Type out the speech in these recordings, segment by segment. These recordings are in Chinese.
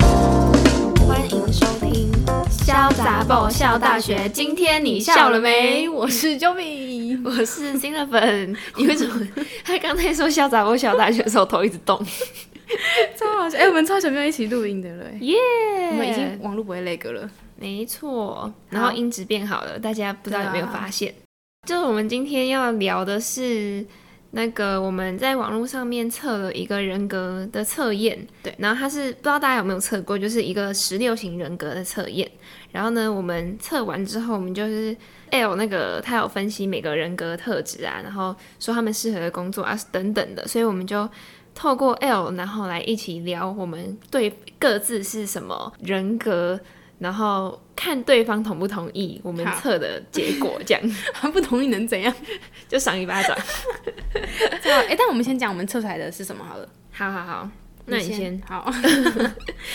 欢迎收听《潇洒爆笑大学》，今天你笑了 没？我是 Joey，我是新的粉， 你为什么？他刚才说潇洒爆笑大学的时候头一直动，超好笑！哎、我们超久没有一起录音的了、哎耶、我们已经网络不会那个了。 没错，然后好音质变好了，大家不知道对有啊没有发现？就是我们今天要聊的是那个我们在网络上面测了一个人格的测验，对然后它是不知道大家有没有测过，就是一个十六型人格的测验。然后呢，我们测完之后，我们就是 L 那个他有分析每个人格特质啊，然后说他们适合的工作啊等等的，所以我们就透过 L，然后来一起聊我们对各自是什么人格，然后看对方同不同意我们好测的结果， 这样不同意能怎样？就赏一巴掌。对哦啊哎、但我们先讲我们测出来的是什么好了。好好好，那你先。 好。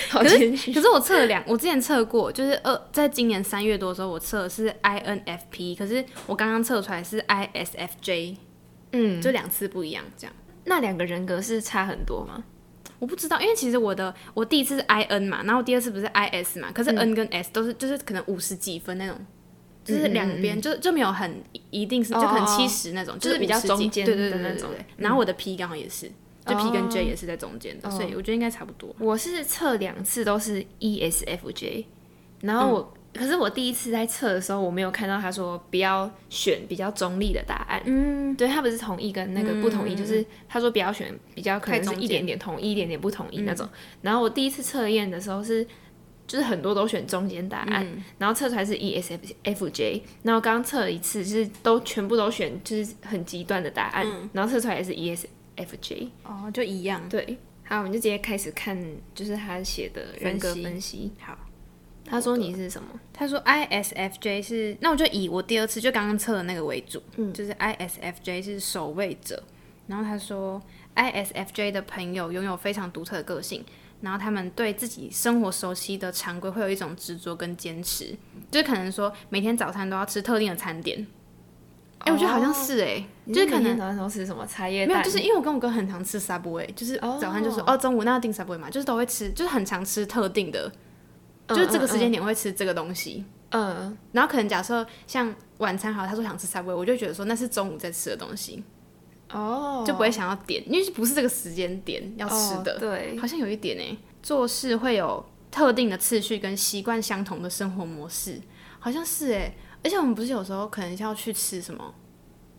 好可是谦虚可是我测了两，我之前测过，就是二，在今年三月多的时候，我测的是 INFP，可是我刚刚测出来是 ISFJ，嗯，就两次不一样这样。那两个人格是差很多吗？我不知道，因为其实我的我第一次是 I N 嘛，然后第二次不是 I S 嘛，嗯可是 N 跟 S 都是、就是可能五十几分那种，就是两边、就就没有很一定是、嗯哦就可能七十那种，就是是比较50几中间对对的对对那种嗯哦对对然后我的 P 刚好也是，就 P 跟 J 也是在中间的，所以我觉得应该差不多。我是测两次都是 E ESFJ，然后我、可是我第一次在测的时候，我没有看到他说不要选比较中立的答案。嗯，对他不是同意跟那个不同意，就是他说不要选比较可太能是中一间点点同意，一点点不同意那种。然后我第一次测验的时候是，就是很多都选中间答案，然后测出来是 E ESFJ，然后刚测了一次就是都全部都选就是很极端的答案，然后测出来也是 E ESFJ。哦，就一样。对，好，我们就直接开始看，就是他写的人格分析分析。好，他说你是什么？他说 ISFJ 是，那我就以我第二次就刚刚测的那个为主，嗯就是 ISFJ 是守卫者。然后他说 ISFJ 的朋友拥有非常独特的个性，然后他们对自己生活熟悉的常规会有一种执着跟坚持，就是可能说每天早餐都要吃特定的餐点。哎、我觉得好像是哎、哦你就是可每天能早上都吃什么茶叶没蛋？有，就是因为我跟我哥很常吃 Subway，就是哦早餐就说哦中午那要订 Subway 嘛，就是都会吃，就是很常吃特定的，嗯就是这个时间嗯点会吃这个东西。嗯然后可能假设像晚餐好了，他说想吃 Subway，我就觉得说那是中午在吃的东西，哦，就不会想要点，因为不是这个时间点要吃哦的。对，好像有一点哎，做事会有特定的次序跟习惯相同的生活模式，好像是哎。而且我们不是有时候可能要去吃什么？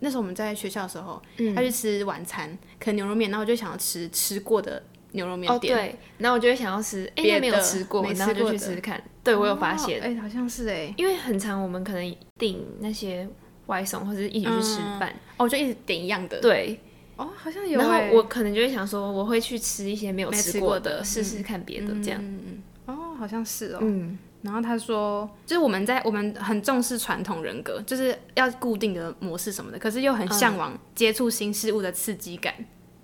那时候我们在学校的时候，要去吃晚餐，可能牛肉面，然后我就想要吃吃过的牛肉面哦店。对，然后我就会想要吃，哎、别那没有的吃过，哦没然后吃就过去的吃看。对我有发现，哎、好像是哎，因为很常我们可能订那些外送或者一起去吃嗯饭，哦，我就一直点一样的。对，哦，好像有然哎后我可能就会想说，我会去吃一些没有没吃吃过过的，嗯的试试看别的这样。哦，好像是哦。嗯，然后他说，就是我们在我们很重视传统人格，就是要固定的模式什么的，可是又很向往接触新事物的刺激感，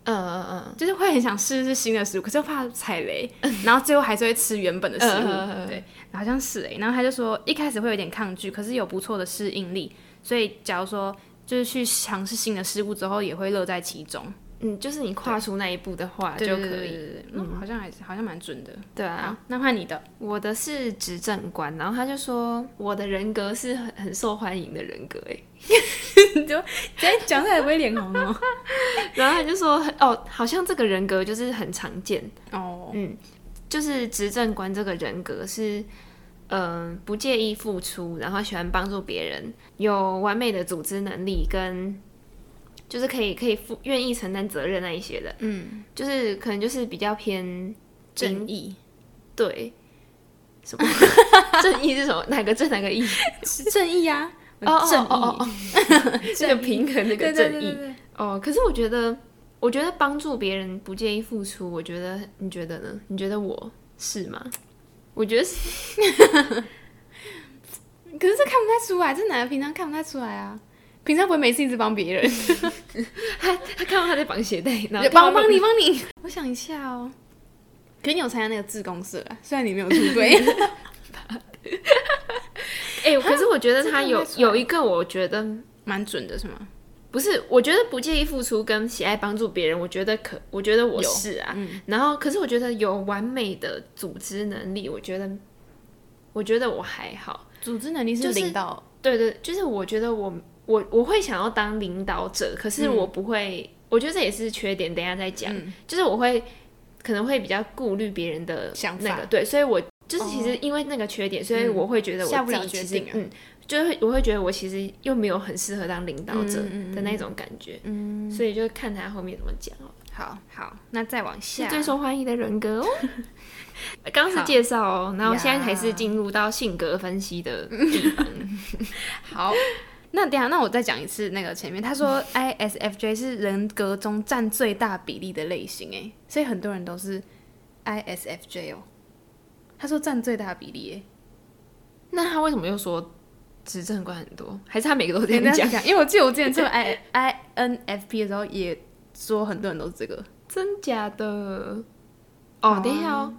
嗯嗯嗯，就是会很想试试新的食物，可是又怕踩 雷，然后最后还是会吃原本的食物。嗯嗯嗯嗯对，好像是哎、然后他就说，一开始会有点抗拒，可是有不错的适应力，所以假如说就是去尝试新的事物之后，也会乐在其中，嗯，就是你跨出那一步的话就对可对对以。对对嗯，好像还是好像蛮准的。对啊好，，那换你 的，我的是执政官，然后他就说我的人格是很很受欢迎的人格，哎，哎，讲起来不会脸红哦。 然后他就说哦，好像这个人格就是很常见， 哦，就是执政官这个人格是，嗯、不介意付出，然后喜欢帮助别人，有完美的组织能力跟。就是可以可以负愿意承担责任那一些的，嗯，就是可能就是比较偏正义。对什么 正义是什么哪个正哪个义是正义啊，哦哦正义，哦哦 这个平衡那个对正义对对对对哦，可是我觉得，我觉得帮助别人不介意付出，我觉得你觉得呢？你觉得我是吗？我觉得是 可是这看不太出来，这男的平常看不太出来啊，平常不会每次一直帮别人，他，他看到他在绑鞋 带，然后 帮我看到那帮你个，帮你，我想一下哦。可是你有参加那个志工社啊，虽然你没有出队， 哎、可是我觉得这他看不有出来有一个，我觉得蛮准的是吗？不是，我觉得不介意付出跟喜爱帮助别人，我觉得可，我觉得我是啊。然后，可是我觉得有完美的组织能力，我觉得，我觉得我还好。组织能力是领导，对对，就是我觉得我我我会想要当领导者，可是嗯我不会，我觉得这也是缺点，等一下再讲。就是我会可能会比较顾虑别人的想那法哦嗯个，对，所以我就是其实因为那个缺点，所以我会觉得下我不自了己其决实定啊嗯，就会我会觉得我其实又没有很适合当领导者嗯嗯嗯的那种感觉，嗯，所以就看他后面怎么讲哦。好好，那再往是下，最受欢迎的人 格哦。刚刚是介绍哦，然后现在还是进入到性格分析的地方。好，那等一下，那我再讲一次那个前面，他说 ISFJ 是人格中占最大比例的类型，哎，所以很多人都是 ISFJ 哦。他说占最大比例，欸那他为什么又说执政官很多？还是他每个都这哎，样讲？讲，因为我记得我之前做 I INFP 的时候也说很多人都是这个，真假的？哦，等一下哦，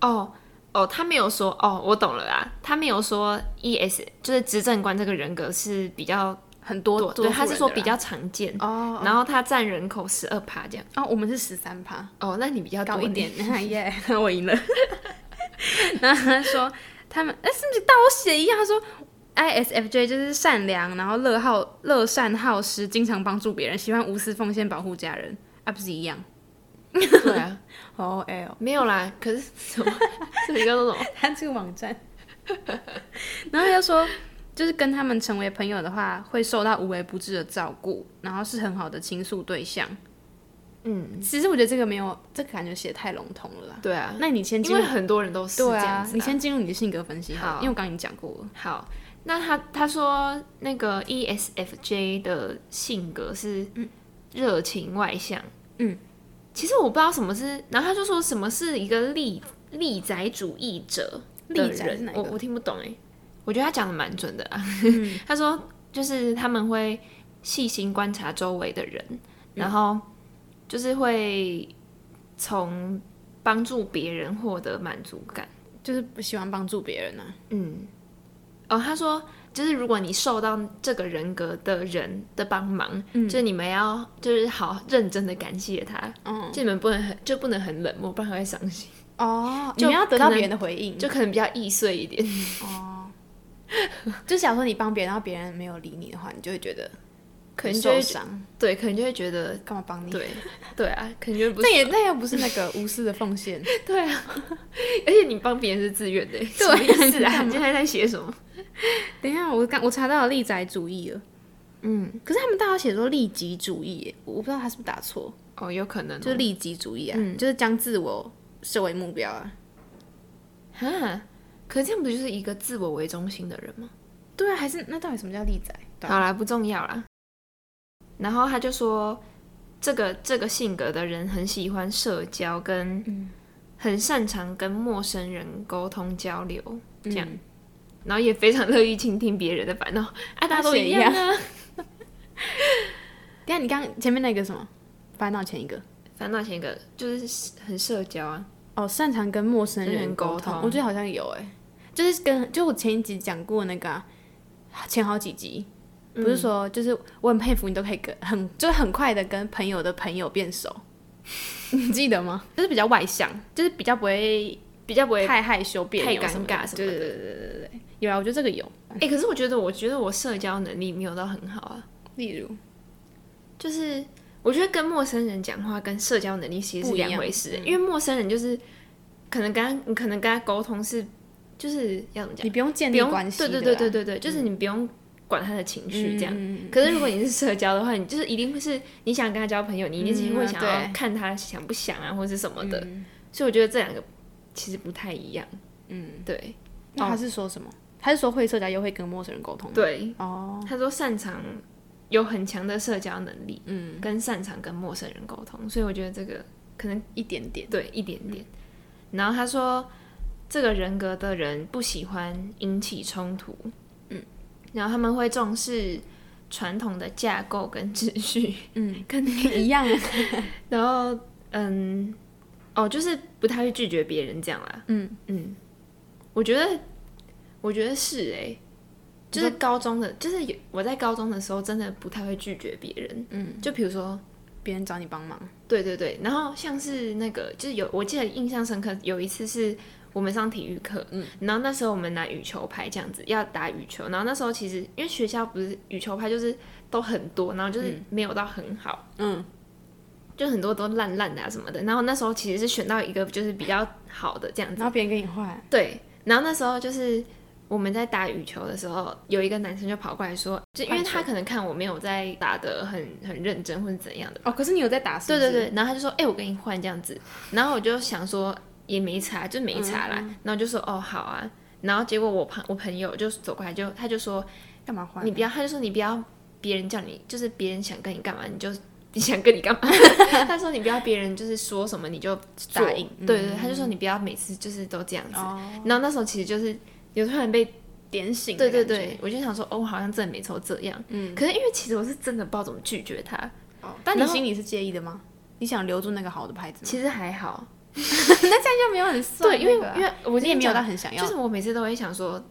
哦哦，他没有说哦，我懂了啦，他没有说 E S 就是执政官这个人格是比较很多多，多对，他数是人说的比啦较常见，哦然后他占人口十二趴这样。哦，我们是十三趴。哦，那你比较高多一，点， 耶、我赢了。然后他说他们，哎、是不是跟我写一样？他说 ISFJ 就是善良，然后乐好乐善好施，经常帮助别人，喜欢无私奉献，保护家人，啊，不是一样？你对啊，哦，哎哦， 没有啦。可是什么？ 这比较那种 他这个网站，然后他就说。就是跟他们成为朋友的话，会受到无微不至的照顾，然后是很好的倾诉对象。嗯，其实我觉得这个没有，这个感觉写得太笼统了啦。对啊，那你先进因入为很多人都是这对样啊子，啊你先进入你的性格分析好了，好因为我刚刚已经讲过了。好，那他他说那个 E ESFJ 的性格是热情外向，嗯，其实我不知道什么是，然后他就说什么是一个利利宅主义者的利宅是人哪，一我个嗯我听不懂哎，我觉得他讲的蛮准的啊， 他说就是他们会细心观察周围的嗯人，然后就是会从帮助别人获得满足感。就是不喜欢帮助别人啊。嗯，哦，他说，就是如果你受到这个人格的人的帮忙，就是你们要就是好认真的感谢他，嗯，就你们不能很就不能很冷漠，不然他会伤心，哦，你就们要得到可能别人的回应。就可能比较易碎一 点。哦，就假如说你帮别人，然后别人没有理你的话，你就会觉得可很能就受会伤，对，可能就会觉得干嘛帮你？，对对啊，可能就不那也那又不是那个无私的奉献。对啊， 而且你帮别人是自愿的，什么对啊意思 你干啊？嘛你现在在写什么？ 等一下，我刚我查到了利宅主义了，嗯，可是他们大家写说利己主义耶，我不知道他是不是打错，哦，有可能、哦，就是利己主义啊，就是将自我设为目标啊。哈，可这样不就是一个自我为中心的人吗？对啊，还是那到底什么叫利宅？对啊好啦，不重要啦。然后他就说，这个这个性格的人很喜欢社交，嗯跟很擅长跟陌生人沟通交流，这样，嗯然后也非常乐意倾听别人的烦恼。 啊，大家都谁一一样啊，等一下你刚前面那个什么，烦恼前一个。烦恼前一个就是很社交啊，哦，擅长跟陌生跟人人沟沟通我觉得好像有哎、就是跟就我前一集讲过那个啊、前好几集，不嗯是说、就是我很佩服你都可以跟很就是很快的跟朋友的朋友变熟， 你记得吗？就是比较外向，就是比较不会比较不会。太害羞、别太扭尴什么尬的什么的对对对对对对对，有啊，我觉得这个有。哎、可是我觉得，我觉得我社交能力没有到很好啊，例如，就是我觉得跟陌生人讲话跟社交能力其实是不一样嗯两回事、因为陌生人就是可能跟他你可能跟他沟通是就是要怎么讲？你不用建不立用关系的对啦，对对对对对，就是你不用管他的情绪这样。嗯可是如果你是社交的话，你就是一定会是你想跟他交朋友，你一定是会想要嗯对嗯看他想不想啊，或是什么的。所以我觉得这两个其实不太一样。嗯，对那他是说什么？他是说会社交又会跟陌生人沟通吗？对，哦，他说擅长有很强的社交能力，嗯，跟擅长跟陌生人沟通，所以我觉得这个可能一点点。对一点点。然后他说，这个人格的人不喜欢引起冲突，嗯，然后他们会重视传统的架构跟秩序，嗯，跟那个一样啊。 然后嗯，哦，就是不太会拒绝别人这样啦，嗯嗯，我觉得，我觉得是哎、就是高中的，就是有我在高中的时候真的不太会拒绝别人，嗯，就比如说，别人找你帮忙，对对对，然后像是那个，就是有我记得印象深刻，有一次是我们上体育课，嗯，然后那时候我们拿羽球拍这样子要打羽球，然后那时候其实因为学校不是羽球拍就是都很多，然后就是没有到很好，嗯，就很多都烂烂的啊什么的，然后那时候其实是选到一个就是比较好的这样子然，后别人跟你换，对，然后那时候就是我们在打羽球的时候，有一个男生就跑过来说，就因为他可能看我没有在打的很很认真或者怎样的，哦，可是你有在打是不对是，对对，然后他就说，哎、我跟你换这样子，然后我就想说也没差，就嗯没差啦，然后就说哦好啊，然后结果我朋我朋友就走过来就他就说干嘛换？你不要，他就说你不要别人叫你，就是别人想跟你干嘛你就。 你想跟你干嘛？ 他说你不要别人就是说什么你就答做应对对，对他就说你不要每次就是都这样子。嗯哦，然后那时候其实就是有突然被，点醒，对对，对，我就想说，哦，我好像真的没抽这样，嗯，可是因为其实我是真的不知道怎么拒绝他，哦，但你然后心里是介意的吗？你想留住那个好的牌子吗？其实还好，就没有很帅对，因为那个啊因为我你也没有到到，很想要，就是我每次都会想说，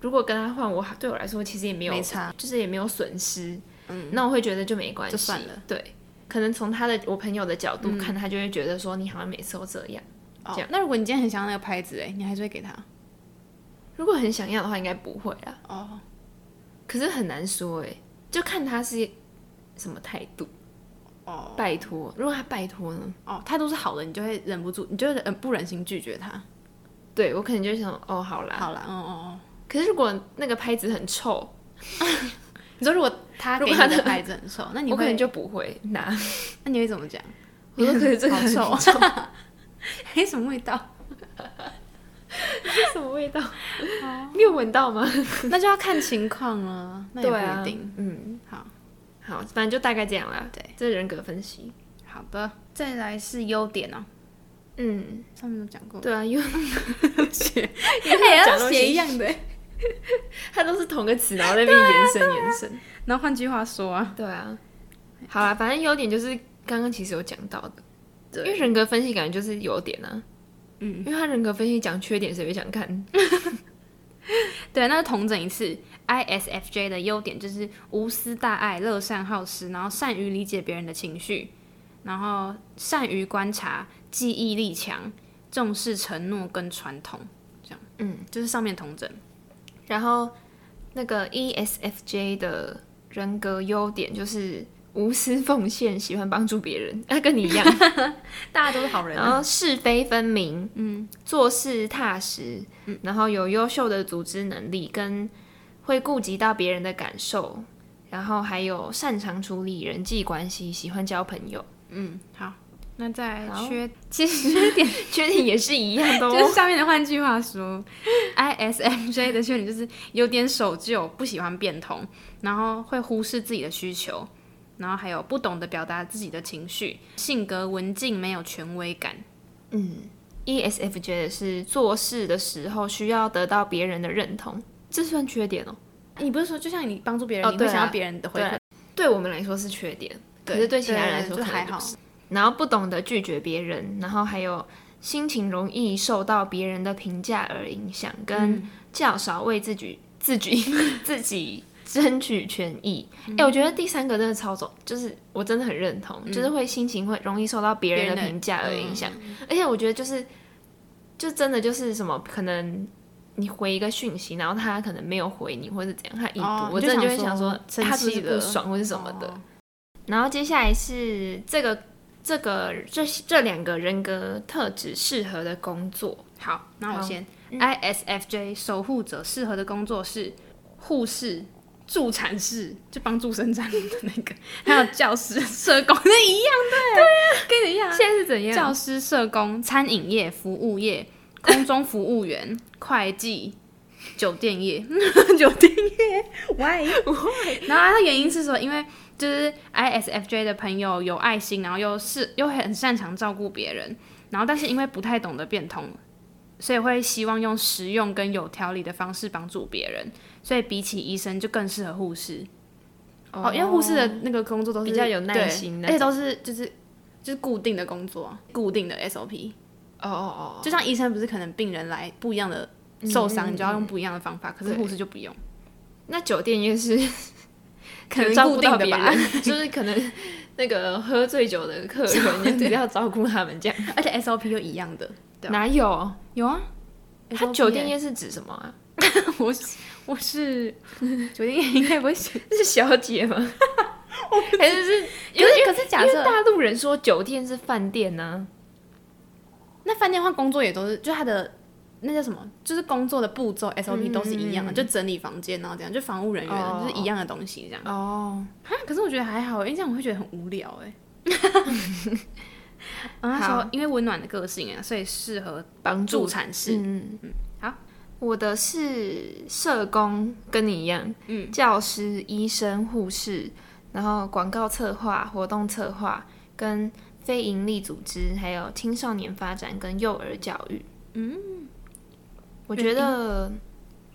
如果跟他换，我对我来说其实也没有，没差，就是也没有损失，嗯，那我会觉得就没关系，就算了，嗯对。可能从他的我朋友的角度看，他就会觉得说你好像每次都这样。哦这样那如果你今天很想要那个牌子，哎，你还是会给他如果很想要的话，应该不会啦。哦可是很难说哎、就看他是什么态度。哦拜托，如果他拜托呢？哦，态度是好的，你就会忍不住，你就会忍不忍心拒绝他。对我可能就会想，哦，好啦。好啦，嗯嗯嗯，可是如果那个拍子很臭，你说如果他如给果你他的牌子很 瘦，那 你我可会能就不会拿。那你会怎么讲？ 我说可是这个好很臭啊臭， 没什么味道，这什么味道？ 你有闻到吗？ 那就要看情况 了，哦那也对不啊一定。，嗯，好，好，反正就大概这样啦。对，这是人格分析。好的，再来是优点哦，嗯，上面都讲 过，对啊，因为哎讲要东西写一样的。它都是同个词，然后在那边延啊伸延伸。然后换句话说啊，对啊，好啦，反正优点就是刚刚其实有讲到的，因为对，人格分析感觉就是优点啊。嗯，因为他人格分析讲缺点，谁会想看？对，啊那就重整一次。ISFJ 的优点就是无私大爱、乐善好施，然后善于理解别人的情绪，然后善于观察、记忆力强、重视承诺跟传统，这样，嗯，就是上面同整。然后那个 E ESFJ 的人格优点就是无私奉献，喜欢帮助别人，他、跟你一样。大家都是好人啊然后是非分明，嗯，做事踏实，然后有优秀的组织能力，跟会顾及到别人的感受，然后还有擅长处理人际关系，喜欢交朋友。 嗯，好，那再来好缺，其实缺点缺点也是一样的、 哦，就是下面的。换句话说，ISFJ 的缺点就是有点守旧，不喜欢变通，然后会忽视自己的需求，然后还有不懂得表达自己的情绪，性格文静，没有权威感。嗯，ESFJ 是做事的时候需要得到别人的认同，这算缺点哦。你不是说，就像你帮助别人，哦你对会啊想要别人的回对馈啊，，对我们来说是缺点，可是对其他人来说就可能还就好不。然后不懂得拒绝别人，然后还有心情容易受到别人的评价而影响，跟嗯较少为自己 自己自己争取权益。嗯哎、我觉得第三个真的超重，就是我真的很认同，就是会心情会容易受到别人的别人的嗯评价而影响，而且我觉得就是就真的就是什么可能。你回一个讯息，然后他可能没有回你，或者怎样，他已读，哦我你就真的就会想想说说，生他是不气是了不爽或者什么的。哦然后接下来是这个这个这这两个人格特质适合的工作，好，嗯那我好先。ISFJ 守护者适合的工作是护士、助产士，就帮助生产的那个，还有教师、社 工，那一样的，对啊，跟你一样啊。现在是怎样？教师、社工、餐饮业、服务 业、空中服务员、会计、酒店业、 酒店业，why why？然后他的原因是说，因为就是 ISFJ 的朋友有爱心，然后又是又很擅长照顾别人，然后但是因为不太懂得变通，所以会希望用实用跟有条理的方式帮助别人，所以比起医生就更适合护士。哦，因为护士的那个工作都是比较有耐对心那而且都是就是就是固定的工作，固定的 SOP。哦哦哦，嗯就像医生不是可能病人来不一样的受伤，你就要用不一样的方法，可是对护士就不用。 那酒店也是 可能能照顾固定到的别吧 人，就是可能那个喝醉酒的客 人，你要照顾他们这样。而且 SOP 又一样的。对啊哪有？有啊，他酒店业是指什么啊？我是我是酒店业应该不会选， 是小姐吗？ 还是 是？可是可是假因为设大陆人说酒店是饭店呢、那饭店换工作也都是，就他的那叫什么，就是工作的步骤嗯 SOP 都是一样的，就整理房间然后这样，就房务人员、哦就是一样的东西这样。哦，啊，可是我觉得还好，因为这样我会觉得很无聊 哎。然后他好说，因为温暖的个性啊，所以适合帮助助产士。嗯嗯好。我的是社工，跟你一样，嗯，教师、医生、护士，然后广告策划、活动策划，跟非营利组织，还有青少年发展跟幼儿教育。嗯，我觉得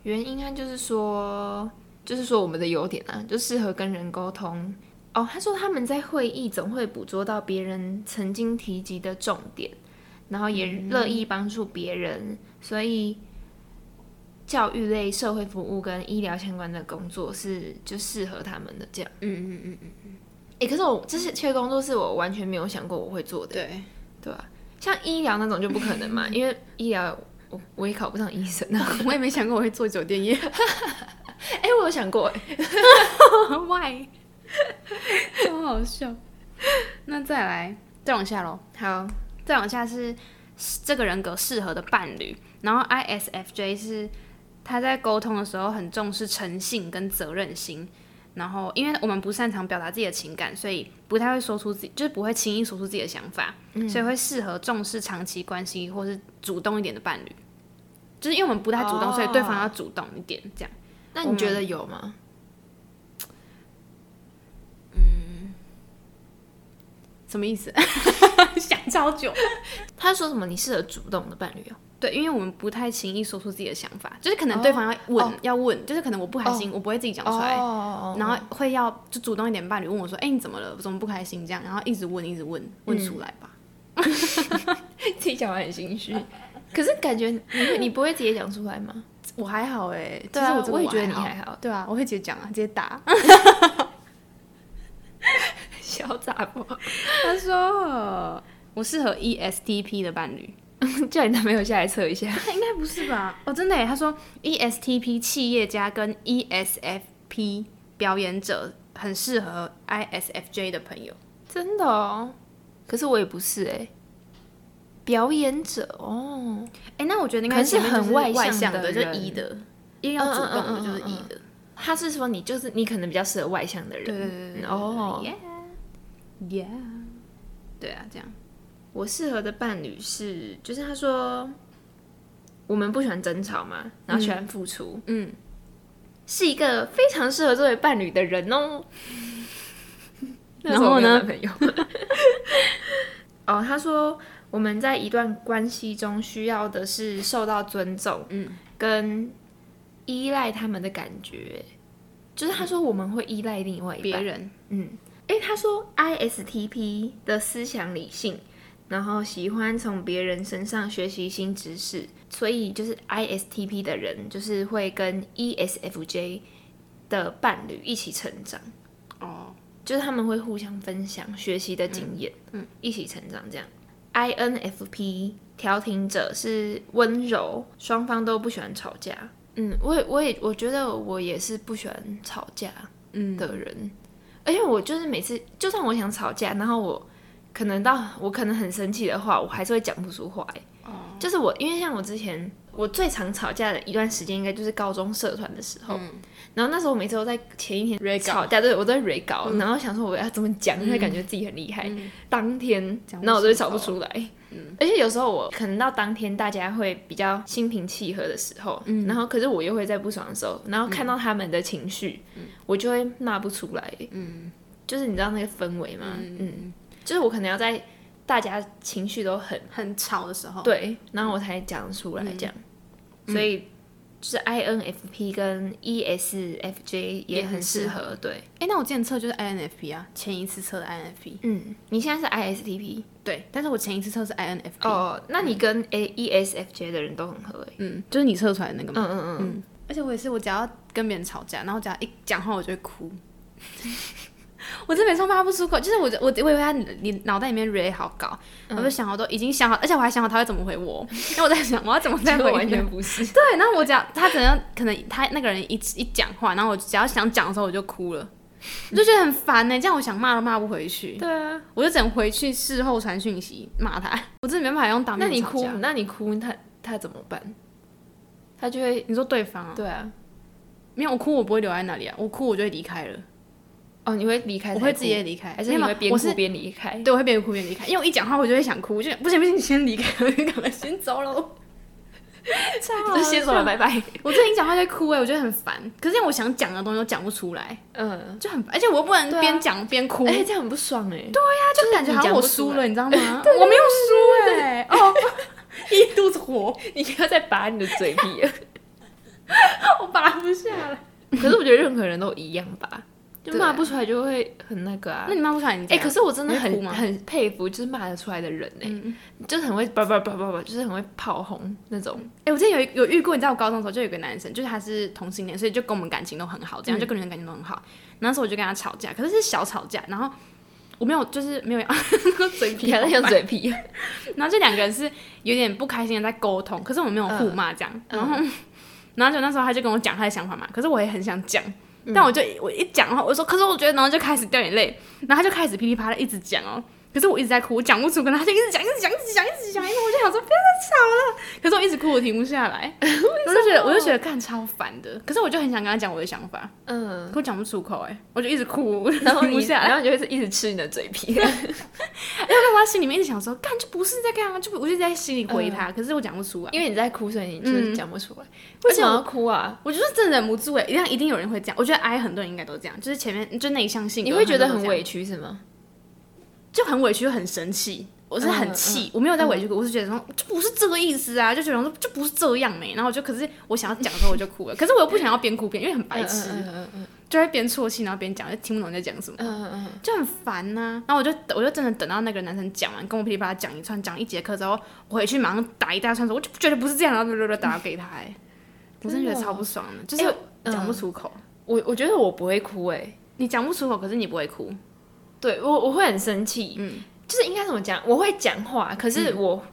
原因啊，就是说，就是说我们的优点啊，就适合跟人沟通。哦，他说他们在会议总会捕捉到别人曾经提及的重点，然后也乐意帮助别人，所以教育类、社会服务跟医疗相关的工作是就适合他们的这样。嗯嗯嗯嗯，诶，可是我这些这些工作是我完全没有想过我会做的，对。对嗯吧、像医疗那种就不可能嘛，因为医疗我我也考不上医生 啊。 我也没想过我会做酒店 业 哎、我有想过、诶，why？超好笑。那再来，再往下喽。好，再往下是这个人格适合的伴侣，然后 ISFJ 是他在沟通的时候很重视诚信跟责任心，然后因为我们不擅长表达自己的情感，所以不太会说出自己，就是不会轻易说出自己的想法，所以会适合重视长期关系或是主动一点的伴侣，就是因为我们不太主动，哦所以对方要主动一点这样。那你觉得有吗？什么意思？想超久。他说什么？你适合主动的伴侣哦、对，因为我们不太轻易说出自己的想法，就是可能对方要问，要问，就是可能我不开心，我不会自己讲出来，哦然后会要就主动一点，伴侣问我说：“哎、你怎么了？怎么不开心？”这样，然后一直问，一直问，问出来吧。自己讲完很心虚，哎可是感觉你会你不会直接讲出来吗？我还好哎、对其啊实真的我也还觉得你好还好对啊，我会直接讲啊，直接打。 小杂包，他说我适合 E ESTP 的伴侣， 叫你男朋友下来测一下。应该不是吧？ 哦，真的耶，他说 ESTP 企业家跟 E ESFP 表演者很适合 ISFJ 的朋友。真的哦，可是我也不是哎、表演者哦，哎、那我觉得应可该能是前面就是很外外向向的就人 E 的，因为要主动的嗯嗯嗯就是嗯 E 的。他是说你就是你可能比较适合外向的人，对对对对对哦嗯 Yeah，对啊，这样我适合的伴侣是，就是他说我们不喜欢争吵嘛，然后喜欢付出，嗯，是一个非常适合作为伴侣的人哦。然那时候我后呢没有男朋友 哦，他说我们在一段关系中需要的是受到尊重，嗯，跟依赖他们的感觉。就是他说我们会依赖另外一半别人诶，他说 ISTP 的思想理性，然后喜欢从别人身上学习新知识，所以就是 ISTP 的人就是会跟 E ESFJ 的伴侣一起成长，哦，就是他们会互相分享学习的经验，嗯，一起成长这样。INFP 调停者是温柔，双方都不喜欢吵架。嗯，我也我也我觉得我也是不喜欢吵架，嗯，的人，而且我就是每次，就算我想吵架，然后我可能到我可能很生气的话，我还是会讲不出话、欸。哦就是我，因为像我之前，我最常吵架的一段时间，应该就是高中社团的时候。然后那时候我每次都在前一天嗯 Re 嗯稿吵架，对我都在 re 稿，然后想说我要怎么讲，才感觉自己很厉嗯害。当天，然后我就会吵不出嗯来。而且有时候我可能到当天大家会比较心平气和的时候，然后可是我又会在不爽的时候，然后看到他们的情绪，我就会骂不出来。嗯，就是你知道那个氛围吗？嗯哦就是我可能要在大家情绪都很很吵的时候，对，然后我才讲出来这样。所以就是 INFP 跟 E ESFJ 也也很很适适合。对，哎、那我之前测就是 INFP 啊，前一次测的 INFP，嗯，你现在是 ISTP 对，但是我前一次测是哦 INFP，、嗯 E 哦，那你跟 A ESFJ 的人都很合诶。嗯，就是你测出来的那个嘛，嗯嗯嗯，而且我也是，我只要跟别人吵架，然后只要一讲话，我就会哭。 我真没说发不出口，就是我我我以为他你脑袋里面 r 好高，我就想好都已经想好，而且我还想好他会怎么回我， 因为我在想我要怎么再结果回你完全不是。对，然后我只要他可能可能他那个人一一讲话，然后我只要想讲的时候我就哭了，我就觉得很烦欸呢、这样我想骂都骂不回去， 对啊，我就只能回去事后传讯息骂他，我真的没办法用当那面你吵哭架，那你哭，他他怎么办？他就会你说对方啊？对啊，没有，我哭我不会留在那里啊，我哭我就会离开了，哦，你会离开才我哭，会直接离开，还是你没有会边我是哭边离开？对，我会边哭边离开，因为我一讲话我就会想哭，我就不行不行，你先离开，我就赶快先走喽。就就是 先 先走说了了拜拜拜。我最近讲话就会哭哎、我觉得很烦。可是我想讲的东西都讲不出来，嗯，就很烦，而且我又不能对啊边讲边哭，哎，这样很不爽哎。对，他就感觉你好像讲我不出输来了，你知道 吗？我没有输哎、哦， 一肚子火，你不要再拔你的嘴皮 了。我拔不下来。可是我觉得任何人都一样吧，就对骂不出来就会很那个啊那。你骂不出来你怎哎，样？可是我真的你会哭很吗很佩服，就是骂得出来的人哎，嗯，就是很会叭叭叭叭叭，就是很会炮轰那种。哎、我之前有一有遇过，你知道我高中的时候就有一个男生，就是他是同性恋，所以就跟我们感情都很好，这样、就跟女生感情都很好。那时候我就跟他吵架，可是是小吵架，然后我没有就是没有要嘴皮你还在好用 烦嘴皮？然后这两个人是有点不开心的在沟通，可是我们没有互骂这样，然后、然后就那时候他就跟我讲他的想法嘛，可是我也很想讲，但我就我一讲的话，我说可是我觉得，然后就开始掉眼泪，然后他就开始噼里啪啦一直讲哦。可是我一直在哭，我讲不出，跟他就一直讲，一直讲，一直讲，一直讲，因为我就想说不要再吵了。可是我一直哭，我停不下 来，我就觉得，我就觉得看超烦的。可是我就很想跟他讲我的想法，嗯，可我讲不出口哎、我就一直哭，我就然后停不你下来。然后你就会一直吃你的嘴皮。但我啊在心里面一直想说，干就不是在干啊，就不我就在心里回他，可是我讲不出来，因为你在哭，所以你就是讲不出来。而嗯为且什么我要哭啊？我就是真的忍不住哎，一样一定有人会这样，我觉得 I 很多人应该都这样，就是前面就内向性格，你会觉得很多都这委样，屈是吗？就很委屈，很生气。我是很气，我没有在委屈，我是觉得说就不是这个意思啊，就觉得说就不是这样没、然后我就可是我想要讲的时候我就哭了，可是我又不想要边哭边，因为很白痴，嗯嗯嗯就会边啜泣然后边讲，就听不懂你在讲什么，嗯嗯嗯，就很烦呐、然后我就我就真的等到那个男生讲完，跟我噼里啪啦讲一串，讲一节课之后，我回去马上打一大串说，我就觉得不是这样，然后就就打给他、哎，我真的觉得超不爽的，就是哎讲不出口。我我觉得我不会哭哎、你讲不出口，可是你不会哭，对我我会很生气，嗯，就是应该怎么讲？我会讲话，可嗯是我、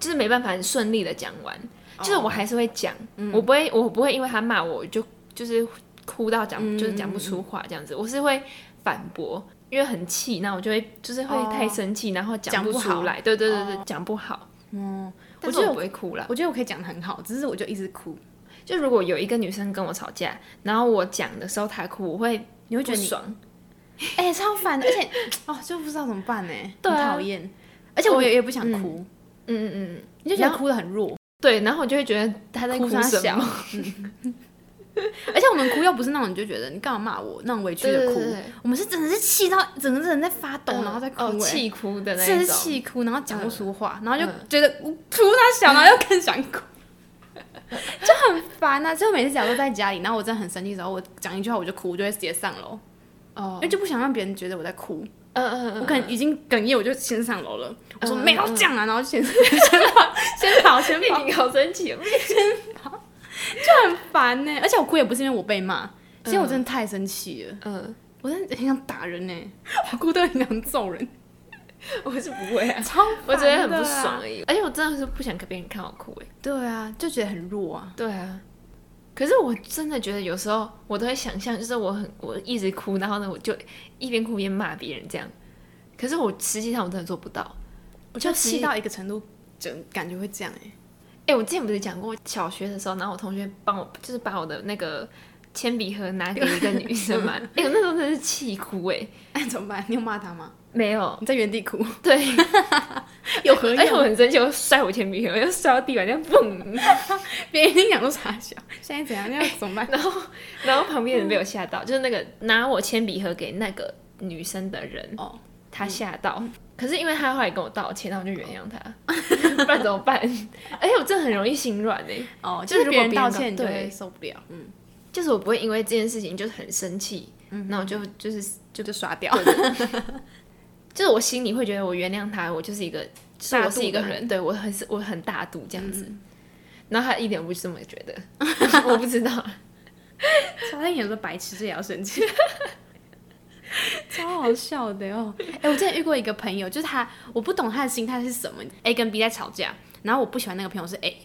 就是没办法很顺利的讲完，哦就是我还是会讲，嗯我不会我不会因为他骂我就就是哭到讲、嗯就是讲不出话这样子，我是会反驳。因为很气，那我就会就是会太生气，然后哦讲不不好哦出来。对对对对，讲不好。我但觉是得我我不会哭啦。我觉得我可以讲的很好，只是我就一直哭，就如果有一个女生跟我吵架，然后我讲的时候她哭，我会你会觉不得你爽。哎、超烦的，而且 哦就不知道怎么办呢、哎对啊哦很讨厌，而且我也也不想哭，嗯嗯嗯，你就觉然得后哭的很弱，对，然后我就会觉得她在哭什啥小么。，而且我们哭又不是那种你就觉得你干嘛骂我那种委屈对的对哭，对，我们是真的是气到整个人在发抖，然后在哭、哦哎气哭的那真一的是种。气哭，然后讲不出话，然后嗯就觉得我哭他小，然后又更想 哭，就很烦啊！就每次假如在家里，然后我真的很生气的时候，我讲一句话我就哭，我就会直接上楼，哦因为，就不想让别人觉得我在哭。嗯嗯我嗯，可能已经哽咽，我就先上楼了。我说嗯没有这样啊，然后先先跑，先跑，先跑，你好生气哦。很烦呢、 而且我哭也不是因为我被骂，是因为我真的太生气了，嗯，我真的很想打人呢、 我哭得很想揍人， 我是不会啊，超我觉得很不烦的啊爽。而已。而且我真的是不想给别人看我哭哎。对啊，就觉得很弱啊。对啊。可是我真的觉得有时候我都会想象，就是我很我一直哭，然后呢我就一边哭一边骂别人这样。可是我实际上我真的做不到。我就其气实到一个程度，整感觉会这样哎、哎、我之前不是讲过，小学的时候，然后我同学帮我，就是把我的那个铅笔盒拿给一个女生 嘛，哎、我那时候真的是气哭哎、那 怎么办？你有骂他吗？没有，你在原地哭， 对，有何而且我用？很生气，我摔我铅笔盒，我就摔到地板，这样嘣，别人一定想说傻笑，现在怎样？那要怎么 办？然后然后旁边人被我吓到，就是那个拿我铅笔盒给那个女生的人，哦，他吓到，可是因为他后来跟我道歉，那我就原谅他，不然怎么办？而且我真的很容易心软哎、哦，就是如别果人道道歉，你就对会受不了，嗯，就是我不会因为这件事情就很生气，嗯，那我就就是就就刷掉。就是我心里会觉得我原谅他，我就是一个，就是大我度是一个的人很对我很是我很大度这样子。然后他一点不是这么觉得，我不知道，超他有时候白痴，这也要生气，超好笑的哦。哎、我之前遇过一个朋友，就是他，我不懂他的心态是什么。A 跟 B 在吵架，然后我不喜欢那个朋友是 A。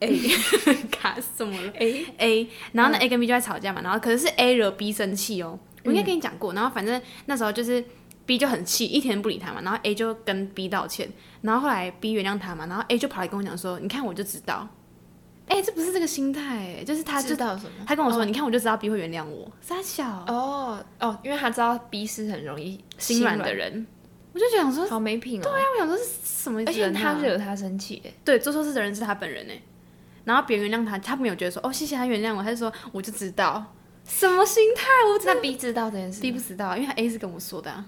A 卡什么了？A 嗯 A，然后那 A 跟 B 就在吵架嘛，然后可是是 A 惹 B 生气哦，我应该跟你讲过。然后反正那时候就是 B 就很气，一天不理他嘛，然后 A 就跟 B 道歉，然后后来 B 原谅他嘛，然后 A 就跑来跟我讲说：“你看我就知道，哎、这不是这个心态、哎，就是他就道什么他跟我说：“你看，我就知道 B 会原谅我。”哦傻小，哦哦，因为他知道 B 是很容易心软的，人，我就想说，好没品哦。对哎，我想说是什么人啊？而且他惹他生气耶，对做错事的人是他本人哎，然后别人原谅他，他没有觉得说哦谢谢他原谅我，他就说我就知道什么心态，我真那的 B 知道这件事 B 吗，不知道，因为他 A 是跟我说的、啊，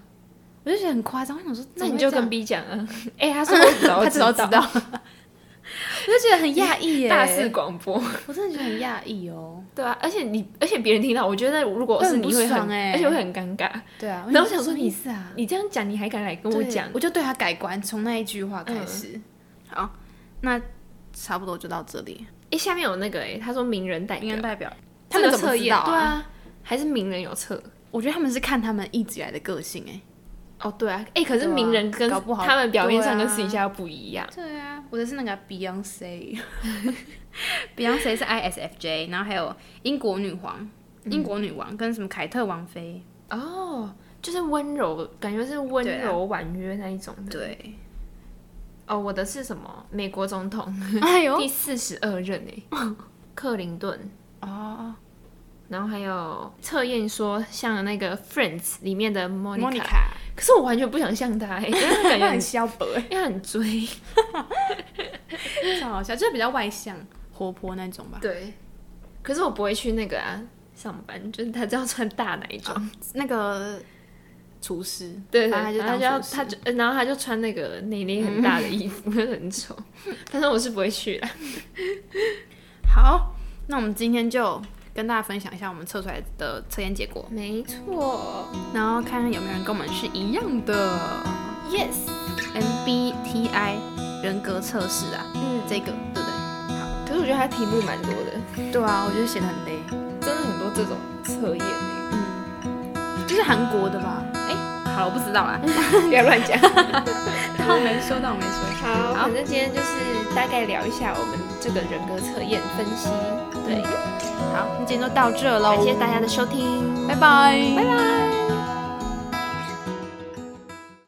我就觉得很夸张，我想说那你就跟 B， B 讲 啊，哎，他说我早 他至少知知道，，我就觉得很讶 异耶，大肆广播。我真的觉得很讶异哦，对啊，而且你，而且别人听到，我觉得如果是会很你不会爽很，欸而且会很尴尬。对啊，然后我想说什么你意思啊，你这样讲，你还敢来跟我对讲？我嗯就对他改观，从那一句话开始。好，那差不多就到这里。哎，下面有那个哎，他说名人代名表人，代表这他个们怎么测知验道对啊？啊，还是名人有测？我觉得他们是看他们一直以来的个性哎。哦，对啊，哎，可是对啊名人跟搞不好他们表面上对啊跟私底下又不一样。对啊，我的是那个 Beyonce，Beyonce 是 ISFJ，然后还有英国女皇、英国女王跟什么凯特王妃。哦，就是温柔，感觉是温对啊柔婉约那一种的。对，哦，我的是什么？美国总统 哎呦 第四十二任哎，克林顿。哦然后还有测验说像那个 Friends 里面的 Monica， ，Monica，可是我完全不想像她、欸，因为她感觉她很 很消薄哎，因为她很追，超好笑，就是比较外向、活泼那种吧。 对。可是我不会去那个啊上班，就是她只要穿大奶装，那个厨师，哦对对，反正然他后就就要当厨师她就呃然后她就穿那个内内很大的衣服， 很丑。反正我是不会去啦。 好，那我们今天就跟大家分享一下我们测出来的测验结果，没错然后看看有没有人跟我们是一样的，Yes， MBTI 人格测试啊，嗯，这个对不可是我觉得它题目蛮多的，对？对啊，我觉得写的很累。真的很多这种测验欸 嗯，这是韩国的吧？哎、好，我不知道 啦，不要乱讲。当我没说，当我没说。好，好反正今天就是大概聊一下我们这个人格测验分析。对，好，那今天就到这喽，感谢大家的收听，拜拜，拜拜。拜拜。